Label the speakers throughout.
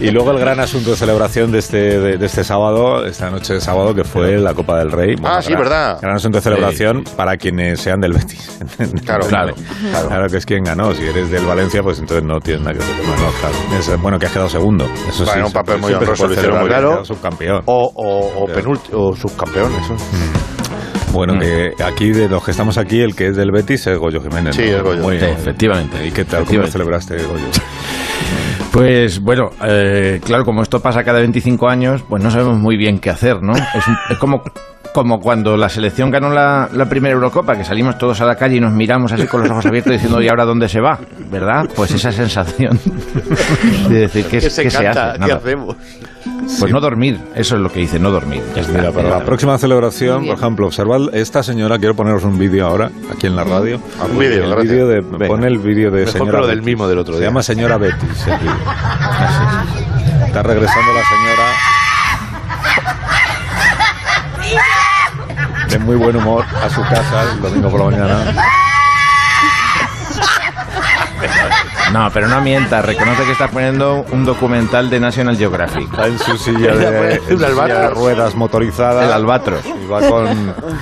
Speaker 1: Y luego el gran asunto de celebración de este, de, de este sábado, esta noche de sábado, que fue la Copa del Rey. Bueno,
Speaker 2: Ah, sí,
Speaker 1: gran-
Speaker 2: verdad.
Speaker 1: Gran asunto de celebración para quienes sean del Betis.
Speaker 2: Claro, claro,
Speaker 1: claro. que es quien ganó. Si eres del Valencia, pues entonces no tienes nada que celebrar. No, claro. Es- bueno, que has quedado segundo. Eso sí.
Speaker 2: Bueno, un papel muy
Speaker 1: siempre se
Speaker 2: honroso,
Speaker 1: puede
Speaker 2: hicieron
Speaker 1: celebrar
Speaker 2: muy
Speaker 1: que has
Speaker 2: bien.
Speaker 1: quedado subcampeón.
Speaker 2: O, o, o penulti- o subcampeón, eso.
Speaker 1: Bueno,
Speaker 3: Mm.
Speaker 1: que aquí, de los que estamos aquí, el que es del Betis es Goyo Jiménez.
Speaker 2: Sí,
Speaker 1: ¿no?
Speaker 2: es Goyo.
Speaker 1: Muy
Speaker 3: Sí,
Speaker 1: bien.
Speaker 3: efectivamente.
Speaker 1: ¿Y qué tal? ¿Cómo lo
Speaker 3: Efectivamente.
Speaker 1: celebraste, Goyo?
Speaker 3: Pues bueno, eh, claro, como esto pasa cada 25 años, pues no sabemos muy bien qué hacer, ¿no? Es, un- es como, como cuando la selección ganó la, la primera Eurocopa, que salimos todos a la calle y nos miramos así con los ojos abiertos diciendo, ¿y ahora dónde se va? ¿Verdad? Pues esa sensación de decir, ¿qué, qué se hace? Nada.
Speaker 2: hacemos?
Speaker 3: Pues no dormir, eso es lo que dice, no dormir. Ya está.
Speaker 1: Mira, para la próxima celebración, por ejemplo, observad esta señora, quiero poneros un vídeo ahora, aquí en la radio.
Speaker 2: Ah, un vídeo,
Speaker 1: El
Speaker 2: gracias.
Speaker 1: vídeo de,
Speaker 2: Venga.
Speaker 1: pon el vídeo de
Speaker 2: Mejor
Speaker 1: señora
Speaker 2: que lo del
Speaker 1: Betis.
Speaker 2: mimo del otro
Speaker 1: Se
Speaker 2: día.
Speaker 1: llama señora Betis. el vídeo. Está regresando la señora. De muy buen humor a su casa el domingo por la mañana.
Speaker 3: No, pero no mientas, reconoce que estás poniendo un documental de National Geographic.
Speaker 1: Está en su silla
Speaker 2: Ella
Speaker 1: de,
Speaker 2: puede
Speaker 1: en
Speaker 2: hacer un
Speaker 1: silla de
Speaker 2: albatros.
Speaker 1: ruedas motorizada.
Speaker 3: El albatros.
Speaker 1: Y va con, con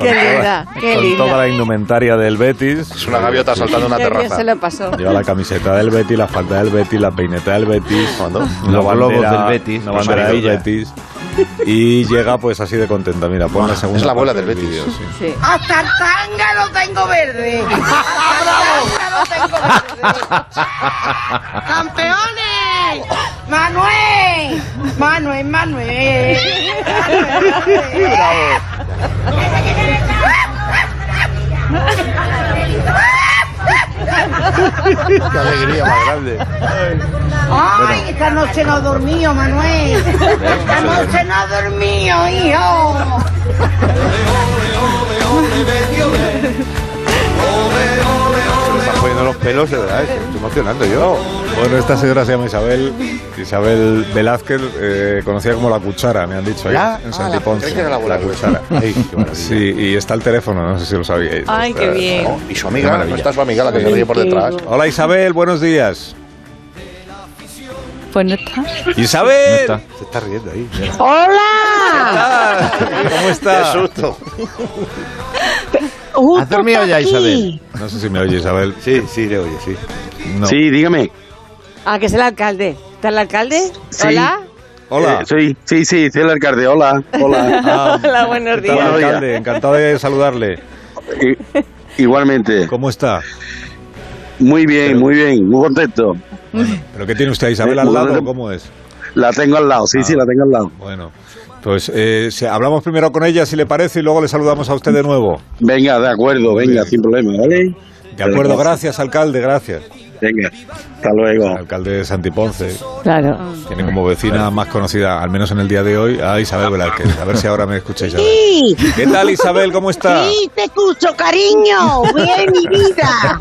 Speaker 4: Qué
Speaker 1: toda-
Speaker 4: linda, qué
Speaker 1: con
Speaker 4: linda.
Speaker 1: toda la indumentaria del Betis.
Speaker 2: Es una gaviota saltando una
Speaker 4: Qué bien
Speaker 2: terraza.
Speaker 4: se lo pasó.
Speaker 1: Lleva la camiseta del Betis, la falda del Betis, la peineta del Betis,
Speaker 2: Cuando-
Speaker 1: la
Speaker 3: Los globos
Speaker 1: bandera-
Speaker 3: del Betis,
Speaker 1: la
Speaker 3: los
Speaker 1: bandera del
Speaker 3: amarillas.
Speaker 1: Betis. Y llega pues así de contenta. Mira, pon la segunda.
Speaker 2: Es la abuela
Speaker 1: parte
Speaker 2: del
Speaker 1: del
Speaker 2: Betis.
Speaker 1: vídeo, sí.
Speaker 4: Sí.
Speaker 5: Hasta el tanga lo tengo verde. Hasta el tanga lo tengo verde. ¡Campeones! ¡Manuel! ¡Manuel, Manuel!
Speaker 2: ¡Qué alegría más grande!
Speaker 5: ¡Ay, esta noche no he dormido, Manuel! ¡Esta noche no he dormido, hijo!
Speaker 2: Se me están poniendo los pelos, de verdad. Me estoy emocionando yo.
Speaker 1: Bueno, esta señora se llama Isabel, Isabel Velázquez, eh, conocida como la cuchara, me han dicho ahí,
Speaker 2: ¿Ya?
Speaker 1: en
Speaker 2: Ah,
Speaker 1: Santi
Speaker 2: la- creí que era la abuela.
Speaker 1: cuchara.
Speaker 2: Ay, qué maravilla.
Speaker 1: Sí, y está el teléfono, no sé si lo sabíais.
Speaker 4: Ay, qué bien.
Speaker 2: Oh, y su amiga,
Speaker 3: maravilla.
Speaker 2: ¿no está su amiga la que se veía por detrás?
Speaker 1: Hola Isabel, buenos días.
Speaker 4: Pues no está.
Speaker 3: No
Speaker 1: Isabel,
Speaker 3: está.
Speaker 2: Se está riendo ahí.
Speaker 6: ¡Hola!
Speaker 1: ¿cómo
Speaker 2: ¡Qué
Speaker 1: estás?
Speaker 2: susto!
Speaker 6: Justo
Speaker 3: ¿Has dormido ya,
Speaker 6: aquí.
Speaker 3: Isabel?
Speaker 1: No sé si me oye Isabel.
Speaker 2: Sí, sí, le oye, sí.
Speaker 1: No.
Speaker 7: Sí, dígame.
Speaker 4: Ah, que es el alcalde. ¿Está el alcalde?
Speaker 7: Sí.
Speaker 4: Hola.
Speaker 1: Hola.
Speaker 7: Eh, soy, sí, sí, soy el alcalde. Hola, hola.
Speaker 1: Ah,
Speaker 4: Hola, buenos
Speaker 1: ¿qué tal,
Speaker 4: días.
Speaker 7: Buenos días.
Speaker 1: alcalde? Encantado de saludarle.
Speaker 7: I- Igualmente.
Speaker 1: ¿Cómo está?
Speaker 7: Muy bien, muy bien, muy contento.
Speaker 1: ¿Pero qué tiene usted a Isabel al lado? ¿Cómo es?
Speaker 7: La tengo al lado, sí, sí, la tengo al lado.
Speaker 1: Bueno, pues eh, si- hablamos primero con ella, si le parece, y luego le saludamos a usted de nuevo.
Speaker 7: Venga, de acuerdo, venga, sin problema, ¿vale?
Speaker 1: De acuerdo, gracias, alcalde, gracias.
Speaker 7: Venga, hasta luego.
Speaker 1: Alcalde de Santiponce.
Speaker 4: Claro.
Speaker 1: Tiene como vecina más conocida, al menos en el día de hoy, a Isabel Velázquez. A ver si ahora me escucha Isabel.
Speaker 6: Sí,
Speaker 1: ¿Qué tal, Isabel? ¿Cómo está?
Speaker 6: sí, te escucho, cariño. Bien, mi vida.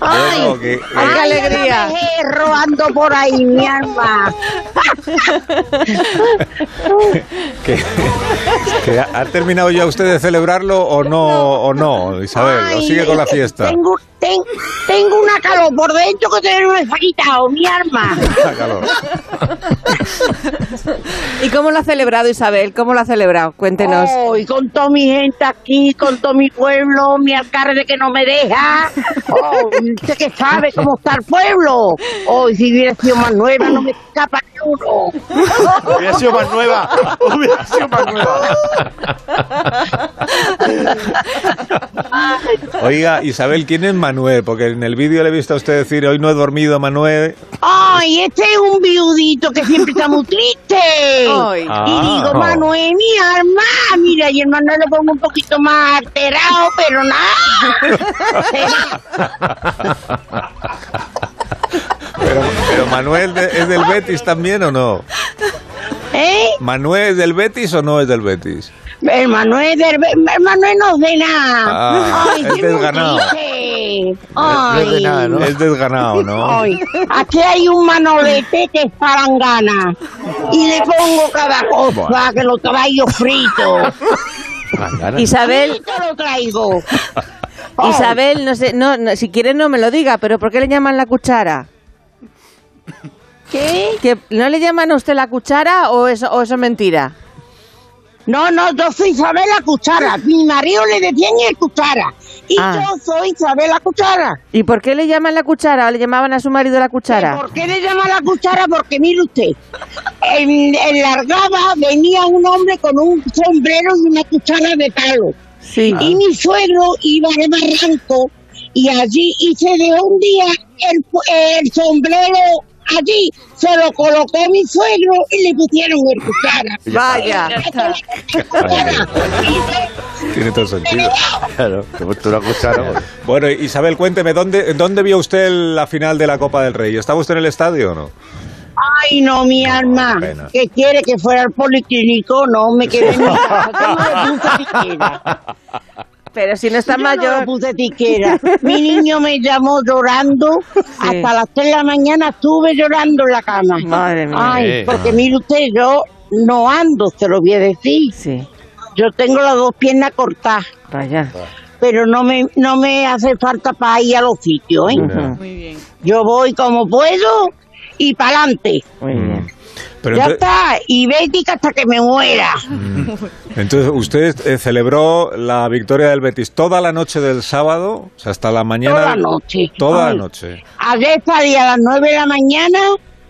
Speaker 1: Bueno, que-
Speaker 4: Ay, qué alegría.
Speaker 6: no me dejé robando por ahí, mi alma.
Speaker 1: que- que ha ha terminado ya usted de celebrarlo o no, o no Isabel? ¿O
Speaker 6: Ay,
Speaker 1: sigue con la
Speaker 6: eh,
Speaker 1: fiesta?
Speaker 6: Tengo, ten- tengo una calor por dentro que te no me ha quitado, mi alma.
Speaker 1: Sácalo.
Speaker 4: ¿Y cómo lo ha celebrado Isabel? ¿Cómo lo ha celebrado? Cuéntenos.
Speaker 6: Ay, con toda mi gente aquí, con todo mi pueblo, mi alcalde que no me deja. Oh, usted que sabe cómo está el pueblo. Hoy si hubiera sido más nueva, no me escapa ni uno.
Speaker 2: ¡Hubiera sido más nueva! ¡Hubiera sido más nueva!
Speaker 1: Oiga, Isabel, ¿quién es Manuel? Porque en el vídeo le he visto a usted decir, hoy no he dormido, Manuel.
Speaker 6: Ay, este es un viudito que siempre está muy triste.
Speaker 4: Ay.
Speaker 1: Ah.
Speaker 6: Y digo, Manuel, mi alma. Mira, y el Manuel lo pongo un poquito más alterado, pero nada.
Speaker 1: Pero, pero Manuel de- es del Betis también o no?
Speaker 6: ¿Eh?
Speaker 1: ¿Manuel es del Betis o no es del Betis?
Speaker 6: El Manuel, del- el Manuel no es de nada.
Speaker 1: Ah,
Speaker 6: Ay,
Speaker 1: es
Speaker 6: qué
Speaker 1: desganado.
Speaker 6: triste.
Speaker 2: No es de
Speaker 6: Ay.
Speaker 2: nada, ¿no?
Speaker 1: Es desganado, ¿no?
Speaker 6: Ay, aquí hay un manolete que es palangana y le pongo cada cosa que lo traigo frito.
Speaker 4: Isabel,
Speaker 6: Frito lo traigo. Ay,
Speaker 4: Isabel, no sé, no, no, si quiere no me lo diga, pero ¿por qué le llaman la cuchara?
Speaker 6: ¿Qué?
Speaker 4: ¿Que ¿No le llaman a usted la cuchara o eso, o eso es mentira?
Speaker 6: No, no, yo soy Isabel la Cuchara. Mi marido le detiene el Cuchara. Y
Speaker 4: Ah.
Speaker 6: yo soy Isabel la Cuchara.
Speaker 4: ¿Y por qué le llaman la cuchara o le llamaban a su marido la
Speaker 6: ¿Y
Speaker 4: cuchara?
Speaker 6: ¿Por qué le llama la cuchara? Porque mire usted, en, en Largaba venía un hombre con un sombrero y una cuchara de palo.
Speaker 4: Sí.
Speaker 6: Y mi suegro iba de barranco y allí y se dejó un día el, pu- el sombrero allí, se lo colocó mi suegro y le pusieron el cuchara.
Speaker 4: Vaya.
Speaker 1: Tiene todo sentido.
Speaker 2: Claro, te he puesto una cuchara. pues.
Speaker 1: Bueno, Isabel, cuénteme, ¿dónde, ¿dónde vio usted la final de la Copa del Rey? ¿Estaba usted en el estadio o no?
Speaker 6: Ay, no, mi alma,
Speaker 1: pena.
Speaker 6: que quiere que fuera al policlínico, no me quedé en mi casa, yo no le puse tiquera.
Speaker 4: Pero si no está
Speaker 6: Yo No
Speaker 4: mayor.
Speaker 6: le puse tiquera. Mi niño me llamó llorando, hasta las 3 de la mañana estuve llorando en la cama.
Speaker 4: Madre mía.
Speaker 6: Ay,
Speaker 3: Eh,
Speaker 6: porque mire usted, yo no ando, se lo voy a decir.
Speaker 4: Sí.
Speaker 6: Yo tengo las dos piernas cortadas,
Speaker 4: Vaya.
Speaker 6: pero no me, no me hace falta para ir a los sitios, ¿eh?
Speaker 4: Ujú.
Speaker 6: Yo voy como puedo y para adelante.
Speaker 4: Muy bien.
Speaker 1: Pero
Speaker 6: ya
Speaker 1: ento-
Speaker 6: está, y bética hasta que me muera.
Speaker 1: entonces, usted eh, celebró la victoria del Betis toda la noche del sábado, o sea, hasta la mañana.
Speaker 6: Toda la noche.
Speaker 1: Toda
Speaker 6: Ay.
Speaker 1: la noche.
Speaker 6: Ayer salí a las 9 de la mañana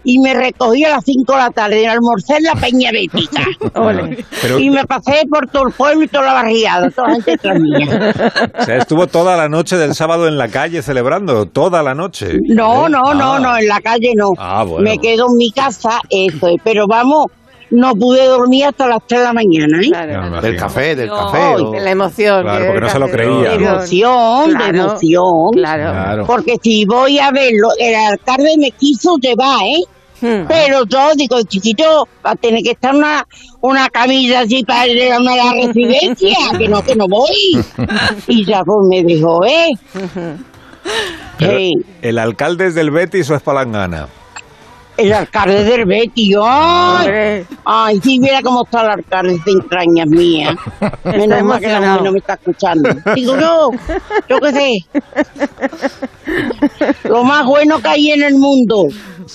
Speaker 6: y me recogí a las 5 de la tarde y almorcé en la Peña Bética.
Speaker 1: Ole. Ah, Pero-
Speaker 6: y me pasé por todo el pueblo y toda la barriada, toda la gente detrás mía.
Speaker 1: O sea, estuvo toda la noche del sábado en la calle celebrando, toda la noche.
Speaker 6: No,
Speaker 1: ¿Eh?
Speaker 6: no, no,
Speaker 1: Ah.
Speaker 6: no, en la calle no.
Speaker 1: Ah, bueno.
Speaker 6: Me quedo en mi casa, eso es. Pero vamos, no pude dormir hasta las 3 de la mañana, ¿eh?
Speaker 1: Ya me
Speaker 4: Claro.
Speaker 2: Del
Speaker 1: imagino.
Speaker 2: café, del
Speaker 8: No,
Speaker 2: café. o-
Speaker 4: De la emoción.
Speaker 1: Claro,
Speaker 4: que
Speaker 1: porque no se lo
Speaker 4: hace-
Speaker 1: creía,
Speaker 4: de
Speaker 1: ¿no?
Speaker 6: Emoción, de
Speaker 4: Claro,
Speaker 6: emoción.
Speaker 4: Claro.
Speaker 3: Claro.
Speaker 6: Porque si voy a verlo, el alcalde me quiso llevar, ¿eh?
Speaker 4: Hmm.
Speaker 6: Pero yo digo, chiquito, va a tener que estar una, una camisa así para ir a una residencia, que no, que no voy. Y ya pues me dijo, ¿eh?
Speaker 1: Pero,
Speaker 6: Sí,
Speaker 1: ¿El alcalde es del Betis o es palangana?
Speaker 6: el alcalde del Betty, ay, ay, sí, mira cómo está el alcalde de entrañas mía. Menos mal que la mujer no me está escuchando. Digo, yo, yo qué sé. Lo más bueno que hay en el mundo.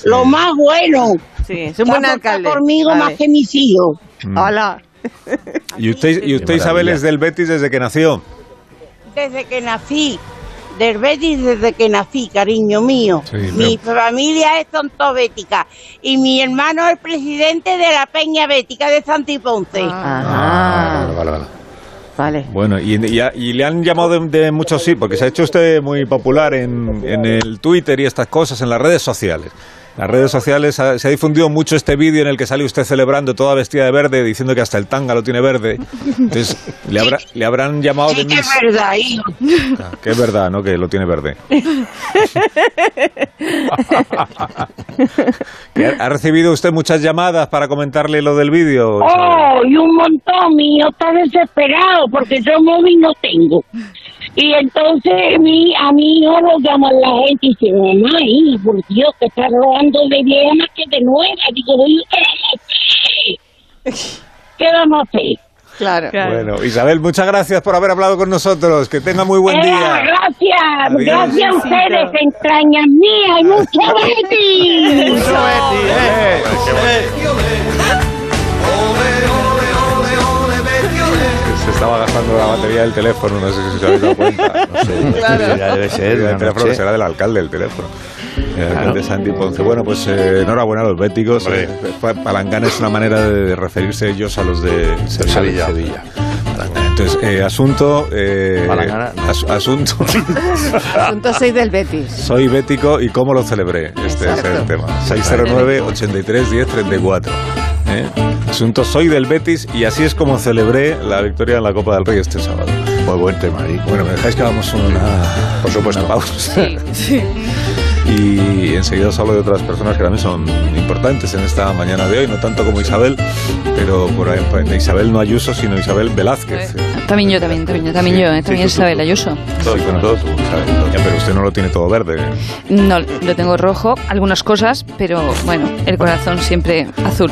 Speaker 6: Lo más bueno.
Speaker 4: Sí, es un buen
Speaker 6: Se ha portado
Speaker 4: alcalde.
Speaker 6: conmigo
Speaker 4: Vale.
Speaker 6: más que mis hijos.
Speaker 4: Hola.
Speaker 1: ¿Y usted, y usted
Speaker 3: Qué
Speaker 1: Isabel,
Speaker 3: maravilla.
Speaker 1: es del Betis desde que nació?
Speaker 6: Desde que nací, del Betis desde que nací, cariño mío.
Speaker 1: Sí,
Speaker 6: mi familia es tontobética y mi hermano es presidente de la Peña Bética de Santi Ponce.
Speaker 4: Ah. Ajá.
Speaker 1: Ah,
Speaker 6: Ah,
Speaker 1: vale, vale.
Speaker 4: Vale.
Speaker 1: Bueno, y, y a- y le han llamado de, de muchos sí, porque se ha hecho usted muy popular en, en el Twitter y estas cosas, en las redes sociales. Las redes sociales ha- se ha difundido mucho este vídeo en el que sale usted celebrando toda vestida de verde, diciendo que hasta el tanga lo tiene verde. Entonces, le, habrá- le habrán llamado de
Speaker 6: sí, que es
Speaker 1: mis...
Speaker 6: verdad, hijo.
Speaker 1: Ah, Que es verdad, ¿no? Que lo tiene verde. Que ¿Ha ha recibido usted muchas llamadas para comentarle lo del vídeo? Isabel?
Speaker 6: Oh, y un montón mío está desesperado porque yo móvil no tengo. Y entonces mi, a mi hijo lo llama la gente y dice, mamá, hijo, por Dios, te estás robando de vieja más que de nueva. Digo, "Oye, ¿qué vamos a hacer? ¿Qué vamos a hacer?
Speaker 4: Claro.
Speaker 1: Bueno, Isabel, muchas gracias por haber hablado con nosotros. Que tenga muy buen
Speaker 6: Eh,
Speaker 1: día.
Speaker 6: Gracias,
Speaker 1: Adiós.
Speaker 6: gracias a ustedes, entrañas mías y mucho Betty.
Speaker 1: Eh, Se estaba gastando la batería del teléfono, no sé si se habéis dado cuenta. No sé.
Speaker 2: Ya debe ser.
Speaker 1: El
Speaker 2: una
Speaker 1: teléfono
Speaker 2: noche.
Speaker 1: que será del alcalde, el teléfono. El alcalde Santi Ponce. Bueno, pues eh, enhorabuena a los béticos. Eh, pa- palangana es una manera de referirse ellos a los de Sevilla.
Speaker 2: Sevilla.
Speaker 1: Sevilla. Palangana. Entonces, eh, asunto. eh,
Speaker 2: Palangana, no.
Speaker 1: as- asunto.
Speaker 4: Asunto 6 del Betis.
Speaker 1: Soy bético y cómo lo celebré. Este es el tema.
Speaker 4: Exacto.
Speaker 1: 609-83-10-34. ¿eh? Asunto: soy del Betis y así es como celebré la victoria en la Copa del Rey este sábado.
Speaker 2: Muy buen tema, Nico.
Speaker 1: Bueno, me dejáis que hagamos una,
Speaker 2: Por supuesto.
Speaker 1: una pausa. Y enseguida os hablo de otras personas que también son importantes en esta mañana de hoy, no tanto como Isabel, pero por ahí- por- Isabel no Ayuso, sino Isabel Velázquez.
Speaker 8: También yo, también, también yo, también
Speaker 1: Sí,
Speaker 8: yo,
Speaker 1: sí,
Speaker 8: eh, también
Speaker 1: tú, tú,
Speaker 8: Isabel
Speaker 1: tú.
Speaker 8: Ayuso.
Speaker 1: Todo, bueno, todo tú, Isabel. Ya, pero usted no lo tiene todo verde.
Speaker 8: No, lo tengo rojo, algunas cosas, pero bueno, el corazón siempre azul.